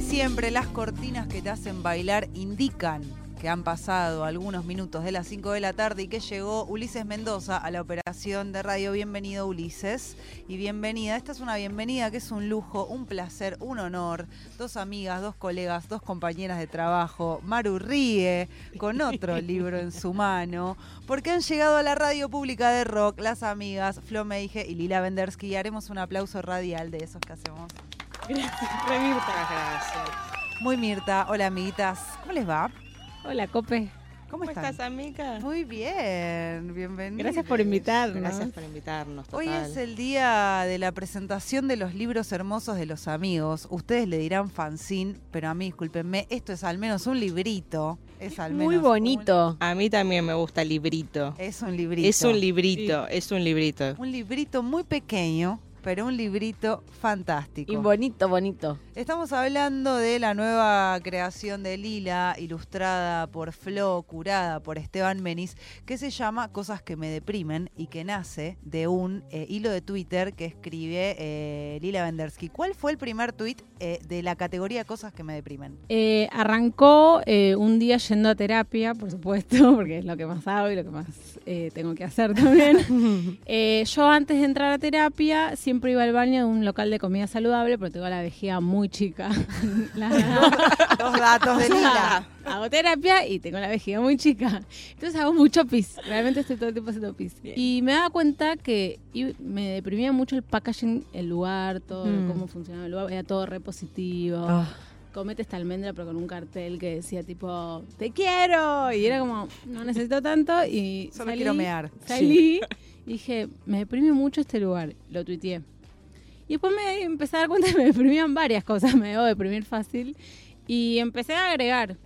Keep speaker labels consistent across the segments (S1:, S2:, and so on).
S1: siempre, las cortinas que te hacen bailar indican que han pasado algunos minutos de las 5 de la tarde y que llegó Ulises Mendoza a la operación de radio. Bienvenido Ulises y bienvenida. Esta es una bienvenida que es un lujo, un placer, un honor. Dos amigas, dos colegas, dos compañeras de trabajo. Maru ríe con otro libro en su mano porque han llegado a la radio pública de rock las amigas Flo Meige y Lila Vendersky y haremos un aplauso radial de esos que hacemos.
S2: Gracias, re Mirta, gracias.
S1: Muy Mirta, hola amiguitas, ¿cómo les va?
S3: Hola, Cope.
S1: ¿Cómo, están?
S2: amiga?
S1: Muy bien, bienvenida.
S3: Gracias por invitarnos.
S2: Gracias por invitarnos.
S1: Hoy
S2: total.
S1: es el día de la presentación de los libros hermosos de los amigos. Ustedes le dirán fanzine, pero a mí, discúlpenme, esto es al menos un librito. Es al menos
S3: Muy
S1: un-
S3: bonito.
S2: A mí también me gusta el librito.
S1: es un librito.
S2: Es un librito, es un librito.
S1: Un librito muy pequeño, pero un librito fantástico.
S3: Y bonito, bonito.
S1: Estamos hablando de la nueva creación de Lila, ilustrada por Flo, curada por Esteban Menis, que se llama Cosas que me deprimen y que nace de un eh, hilo de Twitter que escribe eh, Lila Vendersky. ¿Cuál fue el primer tweet eh, de la categoría Cosas que me deprimen?
S3: Eh, arrancó eh, un día yendo a terapia, por supuesto, porque es lo que más hago y lo que más eh, tengo que hacer también. Eh, yo antes de entrar a terapia siempre iba al baño de un local de comida saludable, pero tengo la vejiga muy chica. La-
S1: Los datos de Lila.
S3: hago terapia y tengo la vejiga muy chica. Entonces hago mucho pis. Realmente estoy todo el tiempo haciendo pis.
S2: Bien.
S3: Y me daba cuenta que i- me deprimía mucho el packaging, el lugar, todo,
S1: Mm.
S3: cómo funcionaba el lugar. Era todo re positivo.
S1: Ah.
S3: Comete esta almendra, pero con un cartel que decía tipo, te quiero. Y era como, no necesito tanto. Y
S1: Solo
S3: salí-
S1: quiero mear.
S3: Salí y dije, me deprime mucho este lugar. Lo tuiteé. Y después me empecé a dar cuenta que me deprimían varias cosas, me debo deprimir fácil. Y empecé a agregar.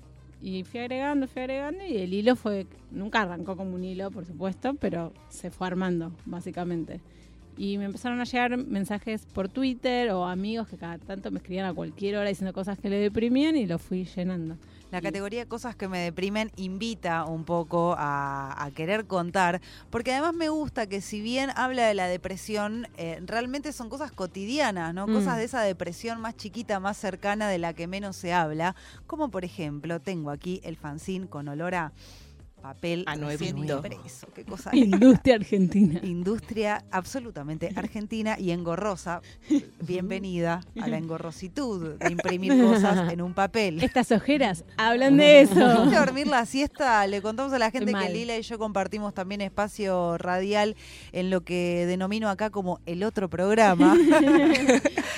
S3: Y fui agregando, fui agregando. Y el hilo fue. Nunca arrancó como un hilo, por supuesto, pero se fue armando, básicamente. Y me empezaron a llegar mensajes por Twitter o amigos que cada tanto me escribían a cualquier hora diciendo cosas que le deprimían y lo fui llenando.
S1: La
S3: Y-
S1: categoría Cosas que me deprimen invita un poco a, a querer contar, porque además me gusta que si bien habla de la depresión, eh, realmente son cosas cotidianas, ¿no?
S3: Mm.
S1: Cosas de esa depresión más chiquita, más cercana, de la que menos se habla, como por ejemplo, tengo aquí el fanzine con olor a papel
S2: A
S1: recién
S2: nuevito.
S1: impreso. Qué cosa
S3: Industria argentina.
S1: industria absolutamente argentina y engorrosa. Bienvenida a la engorrositud de imprimir cosas en un papel.
S3: Estas ojeras hablan de eso.
S1: ¿Fuiste a dormir la siesta? Le contamos a la gente que
S3: mal.
S1: Lila y yo compartimos también espacio radial en lo que denomino acá como el otro programa.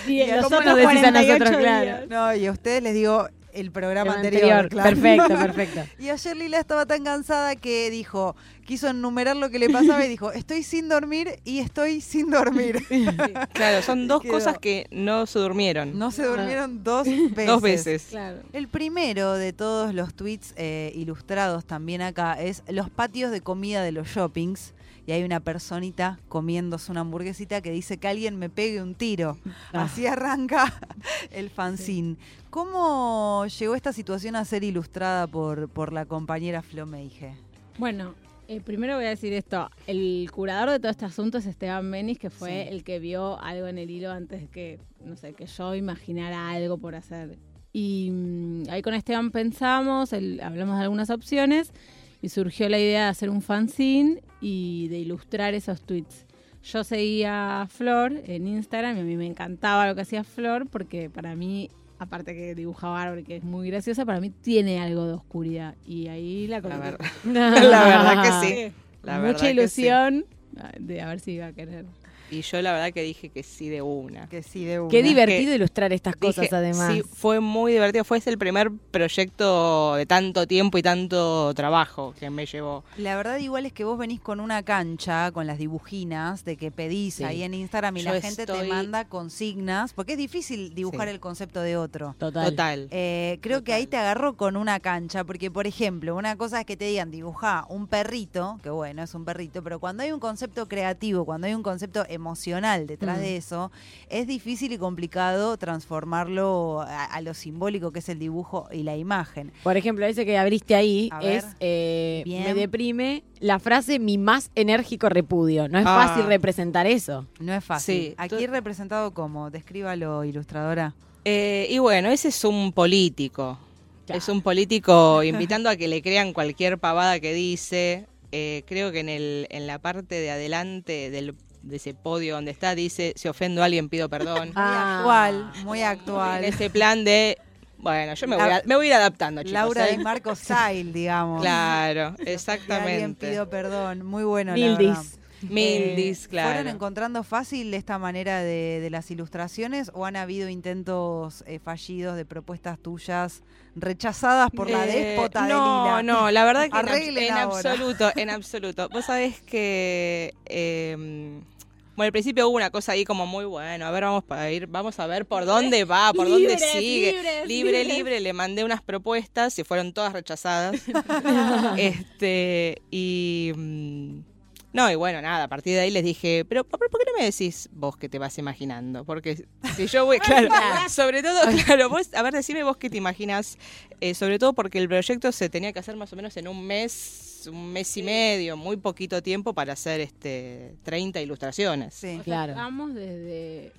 S3: Y
S1: ¿Y a
S3: los
S1: cómo nos
S3: otros
S1: decís a
S3: 48
S1: nosotros,
S3: días.
S1: No, y a ustedes les digo el programa
S3: El
S1: anterior. claro.
S3: Perfecto, perfecto.
S1: Y ayer Lila estaba tan cansada que dijo, quiso enumerar lo que le pasaba y dijo, estoy sin dormir y estoy sin dormir.
S2: Claro, son dos
S1: Quedó.
S2: cosas que no se durmieron.
S1: No se durmieron dos veces.
S2: dos veces.
S3: Claro.
S1: El primero de todos los tweets eh, ilustrados también acá es los patios de comida de los shoppings. Y hay una personita comiéndose una hamburguesita que dice que alguien me pegue un tiro.
S3: Ah.
S1: Así arranca el fanzine. ¿Cómo llegó esta situación a ser ilustrada por, por la compañera Flo Meige?
S3: Bueno, eh, primero voy a decir esto. El curador de todo este asunto es Esteban Menis, que fue
S1: Sí.
S3: el que vio algo en el hilo antes que, no sé, que yo imaginara algo por hacer. Y mm, ahí con Esteban pensamos, él- hablamos de algunas opciones y surgió la idea de hacer un fanzine y de ilustrar esos tweets. Yo seguía a Flor en Instagram y a mí me encantaba lo que hacía Flor porque para mí, aparte que dibuja bárbaro y que es muy graciosa, para mí tiene algo de oscuridad. Y ahí la coloqué.
S2: verdad-
S3: la
S2: verdad que sí. La verdad
S3: Mucha
S2: que
S3: ilusión de a ver si iba a querer.
S2: sí. Y yo la verdad que dije que sí de una.
S1: Que sí, de una.
S4: Qué
S2: divertido
S4: divertido ilustrar estas cosas,
S2: Dije,
S4: además.
S2: Sí, fue muy divertido. Fue ese el primer proyecto de tanto tiempo y tanto trabajo que me llevó.
S1: La verdad igual es que vos venís con una cancha, con las dibujinas, de que pedís
S2: Sí.
S1: ahí en Instagram y
S2: Yo
S1: la gente te
S2: estoy-
S1: manda consignas, porque es difícil dibujar
S2: Sí.
S1: el concepto de otro.
S3: Total.
S2: Total.
S1: Eh, creo que ahí
S2: Total.
S1: te agarro con una cancha, porque por ejemplo, una cosa es que te digan dibujá un perrito, que bueno, es un perrito, pero cuando hay un concepto creativo, cuando hay un concepto emocional detrás
S3: Mm.
S1: de eso, es difícil y complicado transformarlo a, a lo simbólico que es el dibujo y la imagen.
S4: Por ejemplo, ese que abriste ahí
S1: A ver.
S4: es eh,
S1: Bien.
S4: me deprime la frase mi más enérgico repudio. No es
S2: Ah.
S4: fácil representar eso.
S1: No es fácil.
S2: Sí,
S1: Aquí
S2: tú-
S1: representado como, descríbalo, ilustradora.
S2: Eh, y bueno, ese es un político.
S4: Claro.
S2: Es un político invitando a que le crean cualquier pavada que dice. Eh, creo que en, el, en la parte de adelante del, de ese podio donde está dice, si ofendo a alguien pido perdón.
S1: Muy
S4: Ah.
S1: actual, muy
S2: En
S1: actual.
S2: ese plan de, bueno, yo me voy,
S1: La-
S2: a- me voy a ir adaptando, chicos.
S1: Laura
S2: ¿eh?
S1: y Marco Style, digamos.
S2: Claro,
S1: Que alguien
S2: exactamente.
S1: pidió perdón. Muy bueno, la verdad.
S4: Mildis.
S2: Mildis,
S1: Eh, ¿Fueron
S2: claro.
S1: encontrando fácil esta manera de, de las ilustraciones o han habido intentos eh, fallidos de propuestas tuyas rechazadas por la
S2: Eh,
S1: déspota
S2: no,
S1: de Lila?
S2: No, la verdad que en abs-
S1: Arreglen
S2: en,
S1: ahora.
S2: absoluto, en absoluto. Vos sabés que eh, bueno, al principio hubo una cosa ahí como muy bueno, a ver, vamos para ir, vamos a ver por dónde va, por dónde
S3: Libres,
S2: sigue.
S3: libres,
S2: libre,
S3: libres.
S2: libre, le mandé unas propuestas, se fueron todas rechazadas. este, y mm, no, y bueno, nada, a partir de ahí les dije, pero ¿por por qué no me decís vos que te vas imaginando? Porque si yo voy, claro, sobre todo, claro, vos, a ver, decime vos qué te imaginas, eh, sobre todo porque el proyecto se tenía que hacer más o menos en un mes, un mes y medio, muy poquito tiempo para hacer este 30 ilustraciones.
S1: Sí.
S3: O sea,
S4: Claro.
S3: Vamos desde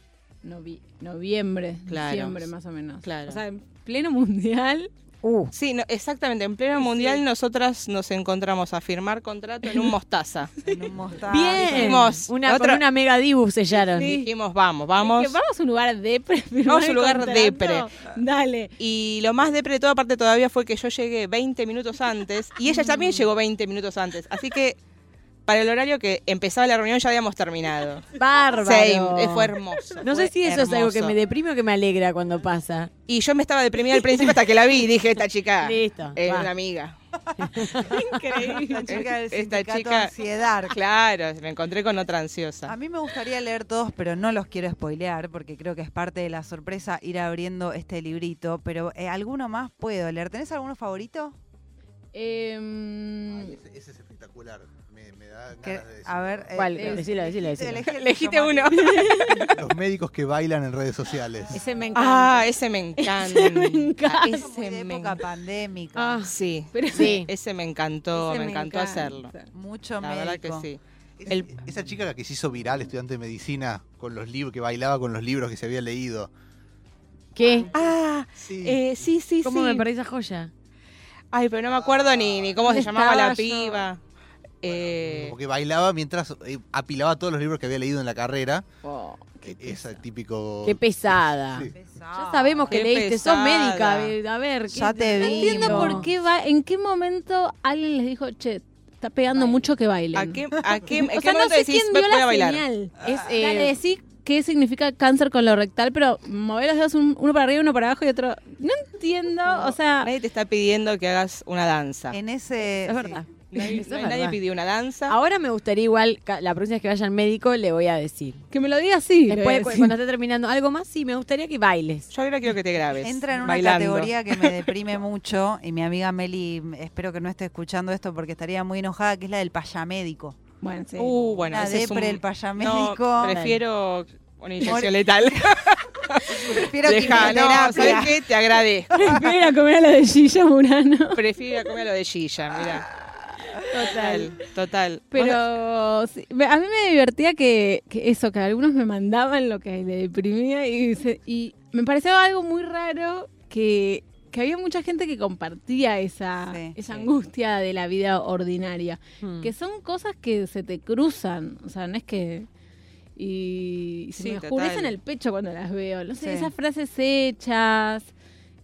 S3: novi- noviembre,
S2: Claro.
S3: diciembre más o menos.
S2: Claro.
S3: O sea, en pleno mundial.
S4: Uh,
S2: Sí, no, exactamente. En pleno mundial nosotras nos encontramos a firmar contrato en un mostaza.
S1: En un mostazo.
S4: bien.
S2: Dijimos,
S4: Una,
S2: otra-
S4: con una mega dibu sellaron.
S2: Dijimos, vamos, vamos.
S3: Es que vamos a un lugar depre.
S2: Vamos a un lugar depre.
S3: depre. Dale.
S2: Y lo más depre de toda parte todavía fue que yo llegué 20 minutos antes y ella también llegó 20 minutos antes. Así que para el horario que empezaba la reunión ya habíamos terminado.
S4: Bárbaro.
S2: Same, eh, fue hermoso.
S4: no
S2: fue
S4: sé si eso es algo que
S2: hermoso.
S4: me deprime o que me alegra cuando pasa.
S2: Y yo me estaba deprimida al principio hasta que la vi y dije, esta chica
S4: Listo.
S2: es
S4: va.
S2: una amiga.
S1: La chica del
S2: Esta
S1: sindicato
S2: chica-
S1: Ansiedad.
S2: Claro, me encontré con otra ansiosa.
S1: A mí me gustaría leer todos, pero no los quiero spoilear porque creo que es parte de la sorpresa ir abriendo este librito. Pero eh, alguno más puedo leer. ¿Tenés alguno favorito?
S3: Em,
S5: Ay, ese, ese es espectacular. Me, me da ganas
S1: Que-
S5: de decir.
S1: a ver, eh,
S4: ¿Cuál?
S1: eh,
S4: decilo, decilo, decilo.
S1: elegí el
S2: Elegiste
S1: tuyo,
S2: uno.
S1: Mati.
S5: Los médicos que bailan en redes sociales.
S4: Ese me encanta.
S2: Ah, ese me encanta. Ese me encanta.
S1: Es muy de época pandémica.
S3: Ah,
S2: Sí,
S3: pero
S4: sí.
S2: ese me encantó,
S3: ese
S2: me encantó
S3: encanta.
S2: hacerlo.
S1: Mucho
S2: La verdad que
S1: médico.
S2: sí.
S5: Es-
S2: el-
S5: Esa chica la que se hizo viral, estudiante de medicina, con los libros, que bailaba con los libros que se había leído.
S4: ¿Qué?
S2: Ah,
S5: Sí.
S2: eh, sí, sí,
S4: ¿Cómo
S2: sí.
S4: me perdí esa joya?
S2: Ay, pero no me acuerdo ni, ni cómo se llamaba
S4: Estaba
S2: la
S4: yo.
S2: piba. Eh,
S5: Porque bailaba mientras eh, apilaba todos los libros que había leído en la carrera.
S3: oh, qué
S5: Ese
S3: pesa.
S5: típico.
S4: Qué pesada.
S5: Sí.
S1: Pesado.
S4: Ya sabemos que
S2: Qué
S4: leíste, sos
S2: pesada.
S4: médica. eh, A ver,
S1: Ya
S4: ¿qué-
S1: te
S3: No
S1: vi.
S3: entiendo por qué va, en qué momento alguien les dijo, che, está pegando mucho que bailen.
S2: ¿A qué, a qué, en
S3: o
S2: qué
S3: sea, no
S2: momento
S3: sé
S2: decís,
S3: quién
S2: "Voy-
S3: dio
S2: voy a
S3: la
S2: bailar?
S3: señal.
S4: Es, eh,
S3: Ah. Dale, decí qué significa cáncer colorectal, pero mover los dedos un- uno para arriba, uno para abajo y otro. No entiendo, o sea,
S2: Nadie te está pidiendo que hagas una danza.
S1: En ese.
S4: Es
S1: sí.
S4: verdad.
S2: Nadie,
S4: Eso es
S2: nadie
S4: verdad.
S2: pidió una danza.
S4: Ahora me gustaría igual, ca- la próxima vez que vaya al médico le voy a decir.
S3: que me lo diga así.
S4: Después,
S3: le voy a
S4: cu-
S3: decir.
S4: cuando esté terminando algo más, sí, me gustaría que bailes.
S2: Yo ahora quiero que te grabes.
S1: Entra en una
S2: Pues, bailando.
S1: categoría que me deprime mucho y mi amiga Meli, espero que no esté escuchando esto porque estaría muy enojada, que es la del payamédico.
S3: Bueno, sí.
S2: Uh, bueno,
S1: la
S2: ese es
S1: depre,
S2: un-
S1: el payamédico.
S2: No, prefiero una
S1: Mor-
S2: inyección letal.
S1: Prefiero
S2: Deja, no,
S1: quimioterapia.
S2: ¿sabes qué? Te agradezco.
S3: Prefiero ir a comer a la de Gilla Murano.
S2: Prefiero ir a comer a lo de Gilla, mirá. Total, total.
S3: Pero sí, me- a mí me divertía que, que eso, que algunos me mandaban lo que le deprimía y, se- y me parecía algo muy raro que, que había mucha gente que compartía esa,
S1: Sí.
S3: esa
S2: Sí.
S3: angustia de la vida ordinaria,
S1: Hmm.
S2: Mm.
S3: que son cosas que se te cruzan, o sea, no es que... Y se
S2: Sí,
S3: me
S2: total.
S3: oscurecen el pecho cuando las veo, no sé,
S1: Sí.
S3: esas frases hechas.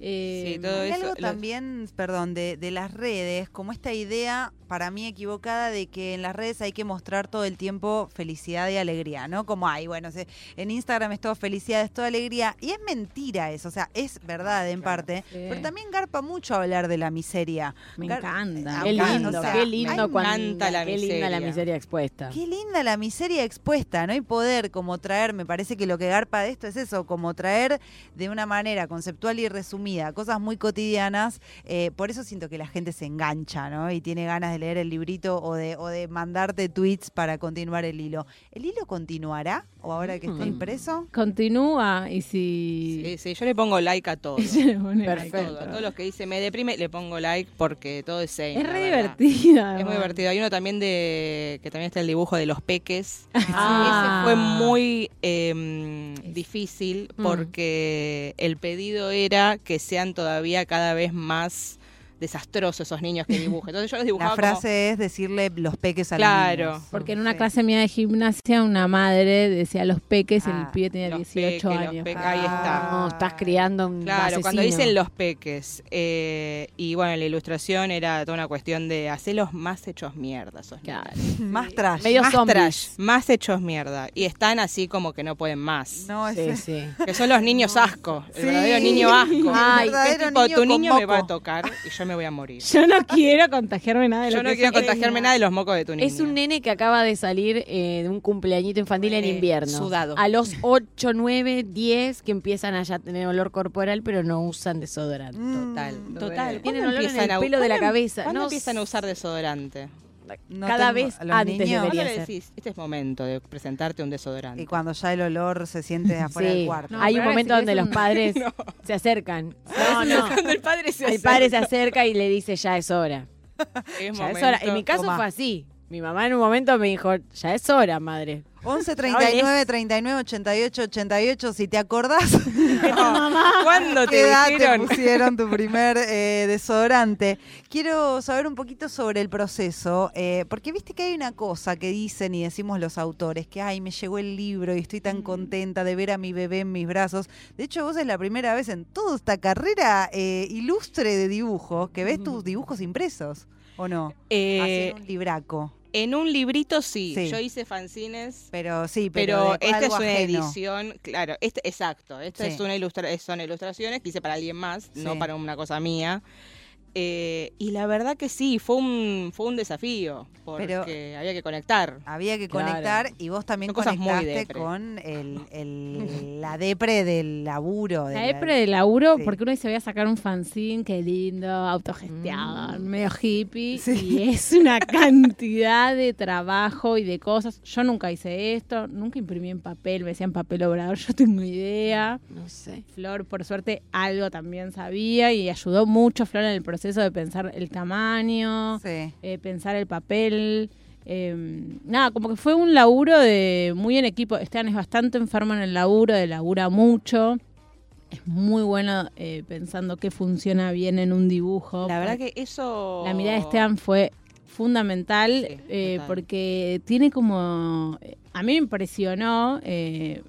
S3: eh,
S2: Sí, todo
S1: Hay
S2: eso,
S1: algo
S2: lo-
S1: también, perdón, de, de las redes, como esta idea para mí equivocada de que en las redes hay que mostrar todo el tiempo felicidad y alegría, ¿no? Como, ay, bueno, se- en Instagram es todo felicidad, es toda alegría. Y es mentira eso, o sea, es verdad en parte,
S3: Sí.
S1: pero también garpa mucho hablar de la miseria.
S3: me
S1: Gar-
S3: encanta.
S1: Ah,
S4: Qué
S1: acá,
S4: lindo,
S1: o sea,
S4: qué
S1: me
S4: lindo
S1: encanta
S4: cuando.
S2: la
S4: qué linda la
S2: miseria.
S4: miseria expuesta.
S1: Qué linda la miseria expuesta, ¿no? Y poder como traer, me parece que lo que garpa de esto es eso, como traer de una manera conceptual y resumida cosas muy cotidianas. eh, por eso siento que la gente se engancha, ¿no? Y tiene ganas de leer el librito o de, o de mandarte tweets para continuar el hilo. ¿El hilo continuará? ¿O ahora que está
S4: Mm.
S1: impreso?
S3: Continúa y si...
S2: Sí, sí, yo le pongo like a todo.
S3: Ella le pone like.
S2: A todo, a todos los que dice me deprime, le pongo like porque todo es zen,
S3: Es
S2: la
S3: re
S2: verdad.
S3: divertida.
S2: Es muy
S3: además.
S2: divertido. Hay uno también de que también está el dibujo de los peques.
S4: Ah.
S2: Ese fue muy eh, difícil
S4: Mm.
S2: porque el pedido era que sean todavía cada vez más desastrosos esos niños que dibujen. Entonces yo los dibujaba
S1: La
S2: como-
S1: frase es decirle los peques a
S2: Claro.
S1: los niños.
S3: Porque en una
S1: Sí.
S3: clase mía de gimnasia, una madre decía los peques,
S1: Ah,
S3: el pibe tenía
S2: los
S3: 18
S2: peques, los
S3: años.
S2: peques. Ahí está.
S4: No, estás criando un
S2: Claro, cuando
S4: asesino.
S2: dicen los peques. eh, y bueno, la ilustración era toda una cuestión de hacerlos más hechos mierda, esos niños.
S4: Claro.
S1: Más trash.
S4: Medio
S2: más
S4: zombies.
S2: trash, más hechos mierda. Y están así como que no pueden más.
S1: No, es
S4: Sí, sí.
S2: Que son los niños asco. El
S1: Sí.
S2: verdadero niño asco.
S1: Ay,
S2: Es
S1: verdadero
S2: tipo,
S1: niño
S2: tu
S1: con
S2: niño me va a
S1: moco.
S2: tocar y yo me voy a morir.
S3: Yo no quiero contagiarme nada de lo
S2: Yo no
S3: que
S2: quiero
S3: sea.
S2: contagiarme nada de los mocos de tu niño.
S4: Es un nene que acaba de salir eh, de un cumpleañito infantil en
S2: Eh,
S4: invierno.
S2: sudado.
S4: A los 8, 9, 10 que empiezan a ya tener olor corporal, pero no usan desodorante.
S2: Total, total. ¿Cuándo
S4: Tienen olor en
S2: empiezan
S4: el
S2: a-
S4: pelo de la
S2: cuándo-
S4: cabeza?
S2: ¿Cuándo
S4: No
S2: empiezan a
S4: sé.
S2: usar desodorante?
S1: No
S4: Cada
S1: tengo-
S4: vez
S1: a los
S4: antes
S1: niños-
S2: ¿Cuándo
S4: debería
S2: le
S4: ser.
S2: decís, este es momento de presentarte un desodorante?
S1: Y cuando ya el olor se siente afuera
S4: Sí.
S1: del cuarto.
S3: No, pero
S4: Hay un
S3: ahora
S4: momento
S3: sí
S4: donde
S3: es
S4: los
S3: un-
S4: padres se acercan. No, no.
S2: el padre se
S4: El padre se acerca y le dice, ya es hora.
S2: Es
S4: Ya es hora. En mi
S2: momento.
S4: caso
S1: Tomá.
S4: fue así. Mi mamá en un momento me dijo, ya es hora, madre.
S1: 11 39 39 88 88 si te acordás
S2: ¿Cuándo
S1: qué
S2: te
S1: edad te
S2: dijeron?
S1: pusieron tu primer eh, desodorante. Quiero saber un poquito sobre el proceso, eh, porque viste que hay una cosa que dicen y decimos los autores, que ay, me llegó el libro y estoy tan
S2: Mm.
S1: contenta de ver a mi bebé en mis brazos. De hecho, vos es la primera vez en toda esta carrera eh, ilustre de dibujos que ves tus dibujos impresos, ¿o no?
S2: Eh,
S1: Haciendo un libraco.
S2: en un librito sí.
S1: Sí.
S2: Yo hice fanzines
S1: Pero sí, pero,
S2: Pero,
S1: de
S2: esta es
S1: algo
S2: una
S1: ajeno.
S2: edición, claro, este, exacto, esta
S1: Sí.
S2: es una ilustra- son ilustraciones que hice para alguien más,
S1: Sí.
S2: no para una cosa mía. Eh, y la verdad que sí, fue un, fue un desafío, porque había que conectar.
S1: Había que
S4: Claro.
S1: conectar y vos también
S2: Son cosas muy
S1: conectaste
S2: depre.
S1: con el, el- la depre del laburo. de
S3: La depre de laburo,
S1: Sí.
S3: porque uno dice voy a sacar un fanzine, qué lindo, autogestión, medio hippie.
S1: Mm. Sí.
S3: Y es una cantidad de trabajo y de cosas. Yo nunca hice esto, nunca imprimí en papel, me decían papel obrador, yo tengo idea.
S4: No sé.
S3: Flor, por suerte, algo también sabía y ayudó mucho Flor en el proceso de pensar el tamaño,
S1: Sí.
S3: eh, pensar el papel. eh, nada, como que fue un laburo de muy en equipo. Esteban es bastante enfermo en el laburo, de labura mucho. Es muy bueno eh, pensando qué funciona bien en un dibujo.
S2: La verdad
S3: Por-
S2: que eso...
S3: la mirada de Esteban fue fundamental
S2: Sí,
S3: eh,
S2: total.
S3: porque tiene como... A mí me impresionó eh,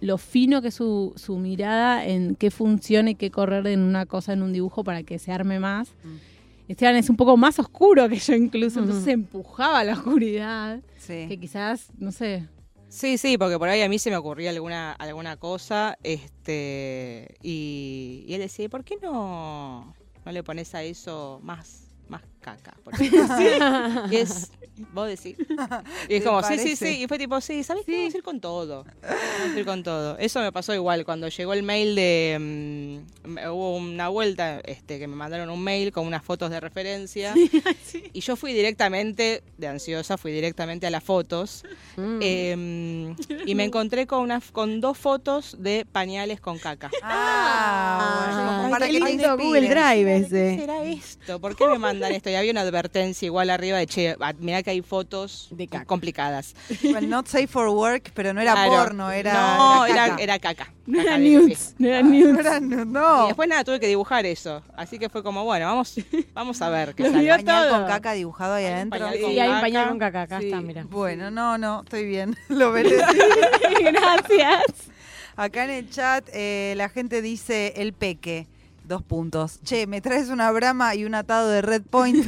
S3: lo fino que es su, su mirada en qué funciona y qué correr en una cosa, en un dibujo para que se arme más. Esteban es un poco más oscuro que yo incluso, entonces se empujaba a la oscuridad,
S1: Sí.
S3: que quizás, no sé,
S2: Sí, sí, porque por ahí a mí se me ocurría alguna, alguna cosa, este, y, y él decía, "¿Y ¿por qué no, no le pones a eso más, más caca? Por ejemplo?" Y es, vos decís. Y
S1: ¿Te
S2: es como, sí, sí,
S1: parece?
S2: sí. Y fue tipo, sí, ¿sabes qué? Vamos a ir con todo. Vamos a ir con todo. Eso me pasó igual. Cuando llegó el mail de. mm, me- hubo una vuelta este, que me mandaron un mail con unas fotos de referencia. Y yo fui directamente, de ansiosa, fui directamente a las fotos.
S4: Mm.
S2: eh, y me encontré con, una, con dos fotos de pañales con caca.
S1: Ah, bueno, para que te inspires.
S4: Drive
S2: ¿Qué será esto? ¿Por qué me mandan esto? Y había una advertencia igual arriba de che, ah, mirá que hay fotos
S4: De caca.
S2: complicadas.
S1: Well, not safe for work, pero no era
S2: Claro.
S1: porno, era.
S2: No, era
S1: caca.
S2: caca. Era, caca.
S3: no
S2: Caca
S3: era
S2: de bebé.
S3: nudes, no era nudes.
S1: No era- no, no.
S2: Y después nada, tuve que dibujar eso. Así que fue como, bueno, vamos, vamos a ver qué
S3: Los
S2: sale.
S3: vio
S1: Pañal con
S3: todo.
S1: caca dibujado ahí
S2: Hay un
S1: adentro.
S2: pañal
S4: Sí, hay un pañal con caca. Acá
S3: Sí.
S4: está, mira.
S1: Bueno, no, no, estoy bien. Lo veré.
S3: Gracias.
S1: Acá en el chat eh, la gente dice el peque. Dos puntos. Che, me traes una brama y un atado de Red Point.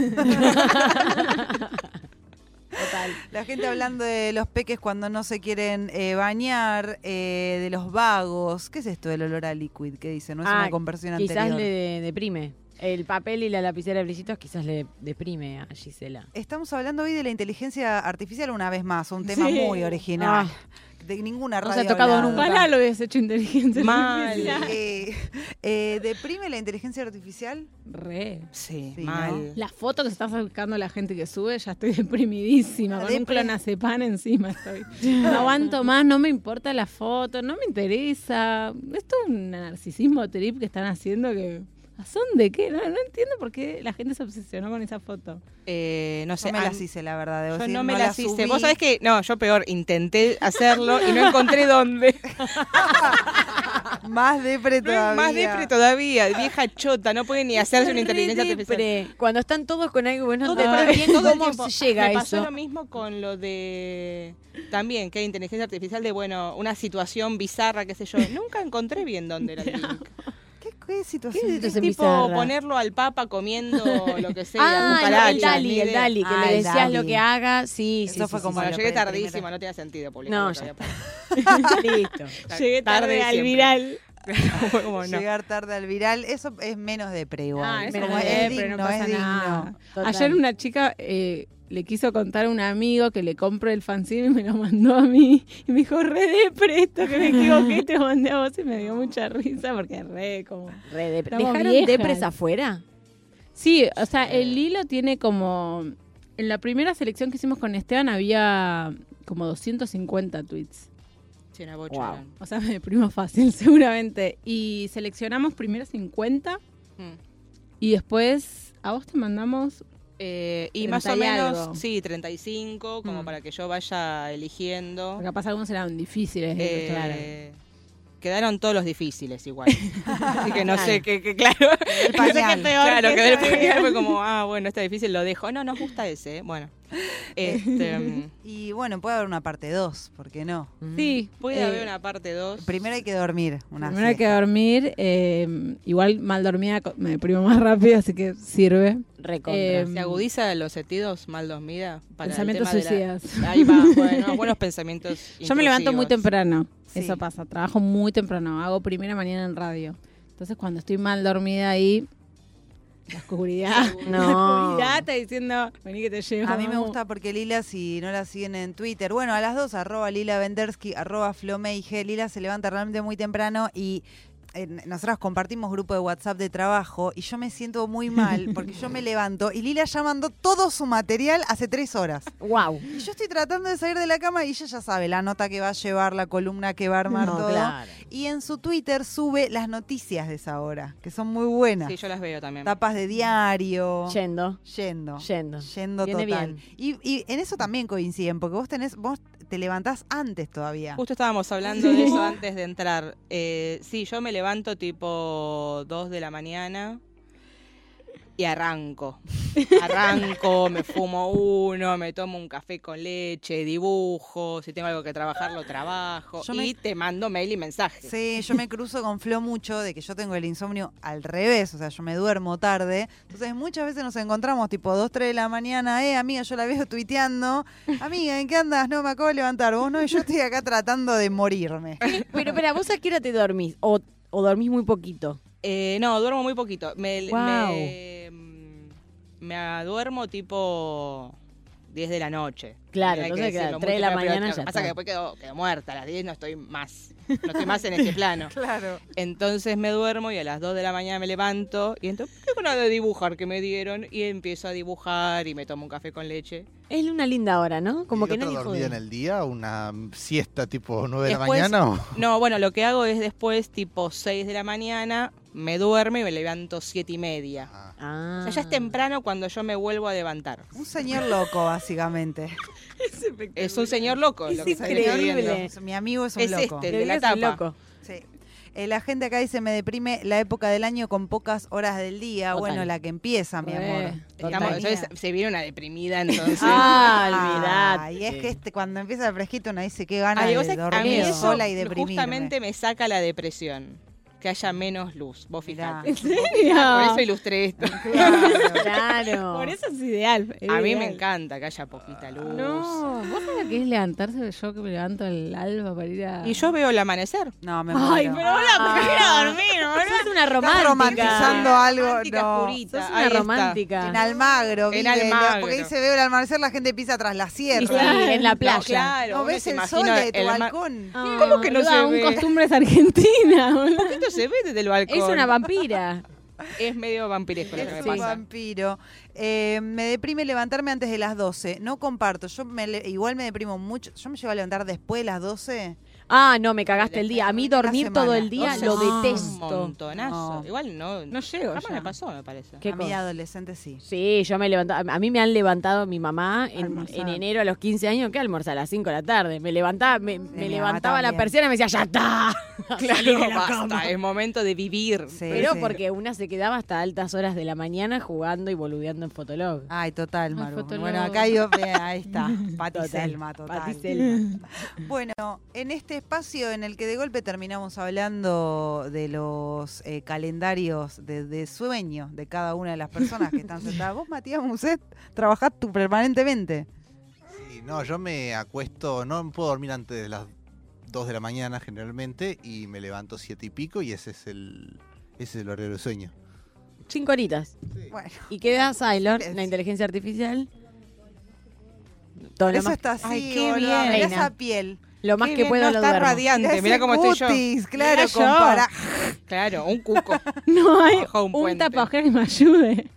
S1: La gente hablando de los peques cuando no se quieren eh, bañar, eh, de los vagos. ¿Qué es esto del olor a liquid que dice? No es
S4: Ah,
S1: una conversión
S4: Quizás
S1: anterior.
S4: le de- deprime. El papel y la lapicera de brillitos quizás le deprime a Gisela.
S1: Estamos hablando hoy de la inteligencia artificial una vez más, un tema
S3: Sí.
S1: muy original.
S4: Ah.
S1: De ninguna
S4: No se
S1: radio.
S4: ha tocado
S1: hablado.
S4: nunca.
S3: Ojalá lo hubiese hecho inteligente.
S2: Mal.
S1: Eh, Eh, ¿Deprime la inteligencia artificial?
S3: Re.
S2: Sí,
S1: Sí,
S2: mal.
S3: La foto que se está sacando la gente que sube, ya estoy deprimidísima.
S1: Ah,
S3: Con
S1: depre.
S3: un clonazepam encima estoy. No aguanto más, no me importa la foto, no me interesa. Esto es un narcisismo trip que están haciendo que. ¿A son de qué? No, no entiendo por qué la gente se obsesionó con esa foto.
S2: Eh, no sé.
S1: No me
S2: an-
S1: las hice, la verdad. Debo
S2: yo
S1: decir,
S2: no me
S1: la
S2: las hice.
S1: subí.
S2: Vos sabés que, no, yo peor, intenté hacerlo y no encontré dónde.
S1: Más depre
S2: No es
S1: todavía.
S2: Más depre todavía, vieja chota, no puede ni hacerse una inteligencia artificial.
S4: Siempre. Cuando están todos con algo bueno,
S2: Todo
S4: te
S2: el
S4: bien
S2: tiempo, todo el
S4: cómo
S2: tiempo.
S4: se llega
S2: Me
S4: a
S2: pasó
S4: eso.
S2: lo mismo con lo de también que hay inteligencia artificial de bueno, una situación bizarra, qué sé yo. Nunca encontré bien dónde era el link.
S1: ¿Qué, qué situación?
S4: ¿Qué es
S2: Es
S4: situación
S2: tipo
S4: bizarra?
S2: ponerlo al papa comiendo lo que sea,
S4: Ah,
S2: cucarachas,
S4: el Dali,
S2: ni
S4: el
S2: idea.
S4: Dali, que
S1: Ah,
S4: le
S1: el
S4: decías
S1: Dali.
S4: lo que haga, sí,
S1: Eso
S4: sí,
S1: fue
S4: sí,
S1: como
S4: sí,
S2: Bueno,
S1: lo
S2: llegué
S1: primero.
S2: tardísimo, no tenía sentido publicarlo.
S4: No, ya
S2: todavía.
S4: sí. Listo.
S3: Llegué tarde,
S2: Tarde
S3: al
S2: siempre.
S3: viral.
S2: Bueno, no.
S1: Llegar tarde al viral, eso es menos depre igual.
S3: Ah, es
S1: Como
S3: como,
S1: es
S3: eh,
S1: digno,
S3: pero no pasa
S1: es digno.
S3: nada.
S4: Total.
S3: Ayer una chica eh, le quiso contar a un amigo que le compró el fanzine y me lo mandó a mí. Y me dijo, re depre esto, que me equivoqué, te lo mandé a vos. Y me dio mucha risa porque re como...
S4: Re depre.
S3: Estamos
S4: ¿Dejaron
S3: viejas.
S4: depres afuera?
S3: Sí, o sea, el hilo tiene como... En la primera selección que hicimos con Esteban había como 250 tweets.
S2: Sí, era bocha,
S4: Wow.
S2: eran.
S3: O sea, me deprimo fácil, seguramente. Y seleccionamos primero 50
S2: Mm.
S3: y después a vos te mandamos...
S2: Eh, y más o
S3: 30 y
S2: menos,
S3: algo.
S2: sí, 35, como
S3: Mm.
S2: para que yo vaya eligiendo.
S3: porque Capaz algunos eran difíciles. de
S2: Eh,
S3: claro.
S2: Quedaron todos los difíciles igual. Así que no sé, que, que claro.
S1: El
S2: No sé qué
S1: pañal.
S2: peor claro,
S3: que
S2: quedé el
S3: saber.
S2: pañal, fue como, ah, bueno, está difícil, lo dejo. No, nos gusta ese, eh. bueno. Este, mm,
S1: Y bueno, puede haber una parte 2, ¿por qué no?
S3: Sí,
S2: puede
S3: eh,
S2: haber una parte 2.
S1: Primero hay que dormir. Una
S3: Primero hay que
S1: siesta.
S3: dormir. eh, igual mal dormida co- me deprimo más rápido, así que sirve.
S4: Recontra.
S3: Eh,
S2: ¿Se agudiza los sentidos mal dormida? Para el
S3: Pensamientos
S2: tema de la-
S3: suicidas.
S2: Ahí va, bueno, buenos pensamientos.
S3: Yo me levanto muy
S2: intrusivos.
S3: temprano.
S1: Sí.
S3: Eso pasa. Trabajo muy temprano. Hago primera mañana en radio. Entonces, cuando estoy mal dormida ahí, la oscuridad.
S4: No.
S3: La oscuridad está diciendo, vení que te llevo.
S1: A mí me
S3: vamos".
S1: gusta porque Lila, si no la siguen en Twitter, bueno, a las dos, arroba Lila Vendersky, arroba Flomeige. Lila se levanta realmente muy temprano y eh, nosotras compartimos grupo de WhatsApp de trabajo y yo me siento muy mal porque yo me levanto y Lila ya mandó todo su material hace tres horas.
S4: Wow.
S1: Y yo estoy tratando de salir de la cama y ella ya sabe la nota que va a llevar, la columna que va a armar todo. Y en su Twitter sube las noticias de esa hora, que son muy buenas.
S2: Sí, yo las veo también.
S1: Tapas de diario.
S4: Yendo,
S1: Yendo.
S4: yendo.
S1: Yendo
S4: Viene
S1: total.
S4: bien.
S1: Y, y en eso también coinciden, porque vos tenés, vos te levantás antes todavía.
S2: Justo estábamos hablando de eso antes de entrar. Eh, sí, yo me levanto tipo 2 de la mañana y arranco. Arranco, me fumo uno, me tomo un café con leche, dibujo, si tengo algo que trabajar lo trabajo
S1: Yo me-
S2: y te mando mail y mensaje.
S1: Sí, yo me cruzo con Flo mucho de que yo tengo el insomnio al revés, o sea, yo me duermo tarde. Entonces muchas veces nos encontramos tipo 2, 3 de la mañana, eh, amiga, yo la veo tuiteando. Amiga, ¿en qué andas? No, me acabo de levantar. Vos no, y yo estoy acá tratando de morirme.
S4: Pero, espera, ¿vos a qué hora te dormís? ¿O, o dormís muy poquito?
S2: Eh, no, duermo muy poquito. Me,
S4: Guau.
S2: me, me aduermo tipo 10 de la noche.
S4: Claro,
S2: Hay que
S4: entonces,
S2: decirlo
S4: claro,
S2: muy
S4: 3 de la
S2: temprano, pero
S4: mañana
S2: lo que
S4: ya
S2: Pasa que
S4: está.
S2: después quedo, quedo muerta, a las 10 no estoy más. No estoy más en este plano.
S1: Claro.
S2: Entonces me duermo y a las 2 de la mañana me levanto y entonces ¿por qué con algo de dibujar que me dieron y empiezo a dibujar y me tomo un café con leche.
S4: Es una linda hora, ¿no? Como
S5: ¿Y
S4: que
S5: otra
S4: nadie
S5: dormida
S4: jode.
S5: en el día? ¿Una siesta tipo 9 de la
S2: Después-
S5: mañana? o-
S2: No, bueno, lo que hago es después tipo 6 de la mañana me duermo y me levanto 7 y media.
S5: Ah.
S4: Ah.
S2: O sea, ya es temprano cuando yo me vuelvo a levantar.
S1: Un señor loco, básicamente.
S2: Es un señor loco.
S4: Es
S2: lo que está
S4: increíble.
S2: viviendo.
S1: Mi amigo es un
S2: Es
S1: loco.
S2: este.
S4: Te
S2: de la
S4: olvidas el
S2: tapa.
S4: loco.
S1: Sí. Eh, la gente acá dice, me deprime la época del año con pocas horas del día.
S4: Total.
S1: Bueno, la que empieza, Ah, mi
S3: Re.
S4: Eh,
S1: amor.
S2: Estamos-
S1: Bienvenida.
S2: entonces, se viene una deprimida entonces.
S4: Ah, olvidate.
S1: y es que este, cuando empieza el fresquito uno dice qué ganas
S2: Ay,
S1: de
S2: vos sabés que a mí
S1: dormir
S2: eso
S1: sola y deprimirme.
S2: justamente me saca la depresión. Que haya menos luz. Vos
S1: Mirá.
S2: fijate. Por
S3: Mirá,
S2: eso ilustré esto.
S1: Claro.
S4: Claro.
S3: Por eso es ideal. es
S2: A mí me
S3: ideal.
S2: encanta que haya
S1: Ah.
S2: poquita luz.
S3: No, ¿vos sabés lo que es levantarse? Yo que me levanto al alba para ir a...
S2: Y yo veo el amanecer. Ah.
S1: No, me muero.
S3: Ay, pero hola, porque quiero dormir,
S4: Sos una
S1: Estás romantizando
S4: romántica.
S1: algo.
S2: Romántica,
S1: No.
S2: oscurita. Ahí
S4: Sos una
S2: está.
S1: En
S4: romántica.
S1: Almagro,
S2: En
S1: vive, la-
S2: Almagro.
S1: porque ahí se ve el amanecer, la gente pisa tras la
S4: Y sí,
S1: sierra.
S4: en la
S2: No,
S4: playa.
S2: claro.
S1: no
S2: uno
S1: ves
S2: se
S1: el
S2: imagina
S1: sol de tu
S2: el ma-
S1: balcón.
S4: Ah,
S2: ¿Cómo que no
S3: boluda,
S2: se
S3: aún
S2: ve?
S3: costumbres argentinas, boludo.
S2: Esto no se ve desde el balcón.
S4: Es una vampira.
S2: Es medio vampiresco lo que me
S1: Es un
S2: pasa.
S1: vampiro. Eh, me deprime levantarme antes de las 12. No comparto. Yo me le- igual me deprimo mucho. Yo me llevo a levantar después de las 12.
S4: Ah, no, me cagaste el día. A mí
S1: Una
S4: dormir
S1: semana.
S4: todo el día
S1: Doce
S4: lo
S1: semanas.
S2: Un
S4: detesto.
S2: montonazo.
S1: No.
S2: Igual no.
S3: No llego
S2: Jamás
S3: ya.
S2: me pasó, me parece.
S4: ¿Qué
S1: a mí de
S4: cosa?
S1: adolescente sí.
S4: Sí, yo me levantaba. A mí me han levantado mi mamá en,
S3: Almorzar.
S4: en enero a los 15 años, que almorzaba a las 5 de la tarde. Me levantaba, me, me
S1: mi mamá
S4: levantaba la
S1: también.
S4: persiana y me decía, ¡ya está! Salí de la
S2: basta, eh.
S4: cama".
S2: es momento de vivir.
S1: Sí,
S4: Pero
S1: sí.
S4: porque una se quedaba hasta altas horas de la mañana jugando y boludeando en Fotolog.
S1: Ay, total,
S3: Ay,
S1: Maru.
S3: fotólogo.
S1: Bueno, acá yo, ve, ahí está. Pati
S4: Total.
S1: Selma, total.
S4: Pati Selma.
S1: Bueno, en este espacio en el que de golpe terminamos hablando de los eh, calendarios de, de sueño de cada una de las personas que están sentadas. Vos, Matías Muset, trabajás tú permanentemente.
S5: Sí, no, yo me acuesto, no puedo dormir antes de las 2 de la mañana generalmente y me levanto 7 y pico y ese es el, ese es el horario de sueño.
S4: Cinco horitas.
S1: Bueno,
S4: Y queda Sailor,
S1: Es-
S4: la inteligencia artificial. Todo lo
S1: eso
S4: más,
S1: está así,
S2: Ay, qué
S1: boludo.
S2: bien.
S1: Mirá
S4: Reina.
S1: esa piel.
S4: lo más
S2: Qué
S4: que
S2: bien,
S4: puedo
S2: no,
S4: lo
S2: está
S4: duermo.
S2: radiante.
S1: Ese
S2: Mirá cómo estoy yo.
S1: cutis, claro,
S4: Mirá yo.
S1: compará.
S2: Claro, un cuco.
S3: No hay
S2: Bajo un
S3: un,
S2: puente.
S3: tapajero que me ayude.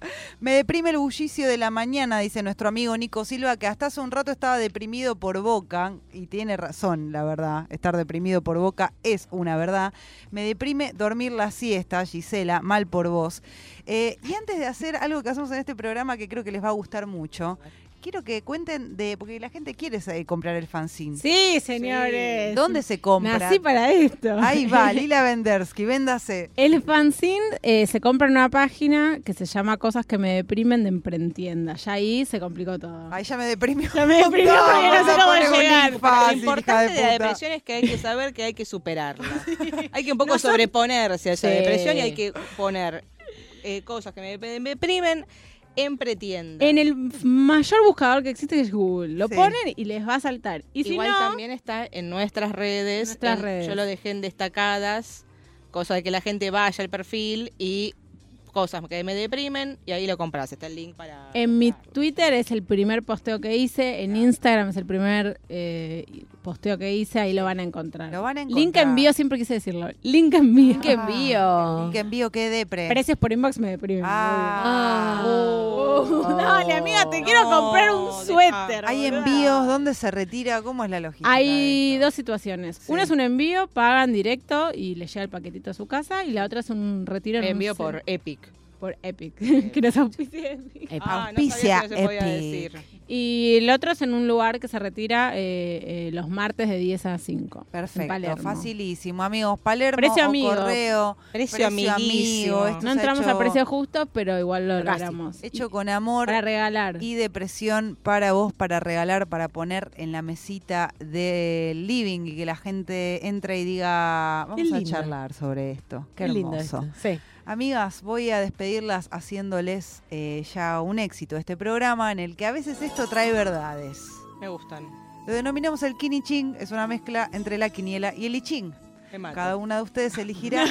S1: Me deprime el bullicio de la mañana, dice nuestro amigo Nico Silva, que hasta hace un rato estaba deprimido por boca, y tiene razón, la verdad. Estar deprimido por boca es una verdad. Me deprime dormir la siesta, Gisela, mal por vos. Eh, y antes de hacer algo que hacemos en este programa que creo que les va a gustar mucho, quiero que cuenten de. porque la gente quiere eh, comprar el fanzine.
S3: Sí, señores.
S1: ¿Dónde se compra?
S3: Nací para esto.
S1: Ahí va, Lila Vendersky, véndase.
S3: El fanzine eh, se compra en una página que se llama Cosas que me deprimen de Emprentienda. Ya ahí se complicó todo.
S1: Ay, ya me deprimió.
S3: Ya me deprimió
S1: No,
S3: porque no sé
S1: se
S3: cómo
S1: pone un
S3: llegar.
S1: link fácil, hija
S2: lo importante de, la
S1: puta.
S2: depresión es que hay que saber que hay que superarla. Hay que un poco sobreponerse a esa
S4: Sí.
S2: depresión y hay que poner eh, cosas que me, me deprimen en pretienda.
S3: En el mayor buscador que existe que es Google. Lo
S1: Sí.
S3: ponen y les va a saltar. Y si
S2: Igual
S3: no,
S2: también está en nuestras redes.
S3: Nuestras
S2: en-
S3: redes.
S2: Yo lo dejé en destacadas, cosa de que la gente vaya al perfil y cosas que me deprimen y ahí lo compras. Está el link para...
S3: en mi
S2: comprarlo.
S3: Twitter es el primer posteo que hice. En Instagram es el primer eh, posteo que hice. Ahí lo van a encontrar.
S1: Lo van a
S3: Link
S1: encontrar. Ah.
S3: envío, siempre quise decirlo. Link envío.
S4: Qué envío.
S1: Que envío, qué depre.
S3: Precios por inbox me deprimen.
S1: Ah.
S3: obvio.
S4: Oh.
S3: Dale, amiga, te
S2: No,
S3: quiero comprar un
S2: deja.
S3: suéter.
S1: Hay
S3: boluda.
S1: envíos, ¿dónde se retira? ¿Cómo es la logística?
S3: Hay
S1: de
S3: dos situaciones.
S1: Sí.
S3: Una es un envío, pagan directo y les llega el paquetito a su casa. Y la otra es un retiro en un
S2: Envío
S3: ce-
S2: por Epic.
S3: por Epic, que nos auspicia Epic.
S4: Eh,
S2: Ah, no
S1: Auspicia
S2: sabía que no se podía
S1: Epic.
S2: decir.
S3: Y el otro es en un lugar que se retira eh, eh, los martes de 10 a 5. en
S1: Perfecto,
S3: Palermo.
S1: facilísimo. Amigos, Palermo
S3: Precio
S1: o
S3: amigo.
S1: correo.
S2: Precio amiguísimo.
S1: amiguísimo. Esto
S3: No
S1: se ha
S3: entramos
S1: hecho-
S3: a precios justos, pero igual lo
S4: Casi.
S3: logramos.
S1: Hecho con amor
S3: para regalar.
S1: y depresión para vos, para regalar, para poner en la mesita del living y que la gente entre y diga, vamos a
S4: lindo.
S1: charlar sobre esto. Qué,
S4: Qué lindo
S1: hermoso.
S4: esto. Sí.
S1: Amigas, voy a despedirlas haciéndoles eh, ya un éxito este programa en el que a veces esto trae verdades.
S2: Me gustan.
S1: Lo denominamos el kiniching, es una mezcla entre la quiniela y el liching.
S2: Me mata.
S1: Cada una de ustedes elegirá,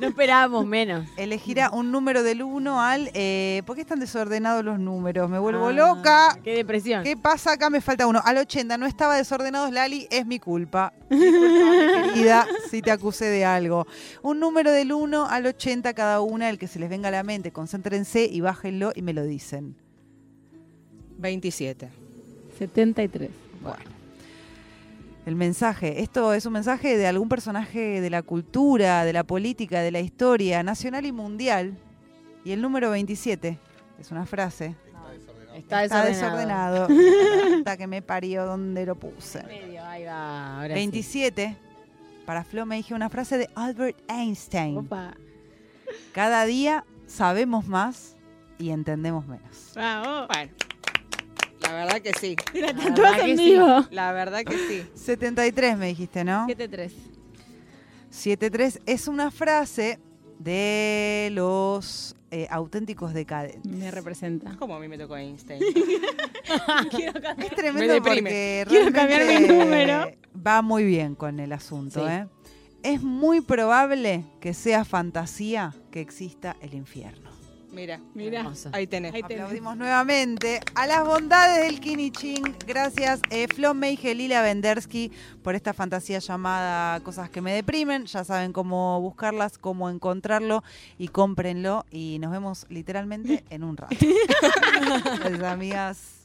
S4: No esperábamos menos.
S1: elegirá un número del 1 al... eh, ¿Por qué están desordenados los números? Me vuelvo
S4: Ah,
S1: loca.
S4: Qué depresión.
S1: ¿Qué pasa acá? Me falta uno. Al 80 no estaba desordenados, Lali, es mi culpa. Disculpame, querida, si te acusé de algo. Un número del 1 al 80 cada una, el que se les venga a la mente. Concéntrense y bájenlo y me lo dicen.
S2: 27.
S3: 73.
S1: El mensaje. Esto es un mensaje de algún personaje de la cultura, de la política, de la historia, nacional y mundial. Y el número 27 es una frase.
S4: Está
S1: Está
S4: desordenado.
S1: desordenado. Está que me parió donde lo puse.
S4: Medio, ahí va, ahora sí.
S1: 27. Para Flo me dije una frase de Albert Einstein.
S3: Opa.
S1: Cada día sabemos más y entendemos menos.
S3: Bravo.
S2: Bueno, la verdad que sí.
S3: La
S4: verdad
S3: tatuás
S4: que
S3: en
S4: sí.
S3: vivo.
S2: La verdad que sí.
S1: 73 me dijiste, ¿no?
S3: 73.
S1: 73 es una frase de los eh, auténticos decadentes.
S3: Me representa.
S2: ¿Cómo a mí me tocó Einstein?
S1: Es tremendo
S2: Me deprime.
S1: porque
S3: Quiero
S1: realmente,
S3: cambiar mi número.
S1: eh, va muy bien con el asunto,
S4: Sí.
S1: ¿eh? Es muy probable que sea fantasía que exista el infierno.
S2: Mira,
S3: Mirá.
S4: Hermoso.
S2: ahí tenés.
S3: Ahí tenés.
S1: Aplaudimos nuevamente a las bondades del Kiniching. Gracias, eh, Flo Meige, Lila Vendersky, por esta fantasía llamada Cosas que me deprimen. Ya saben cómo buscarlas, cómo encontrarlo y cómprenlo. Y nos vemos literalmente en un rato. Pues, amigas.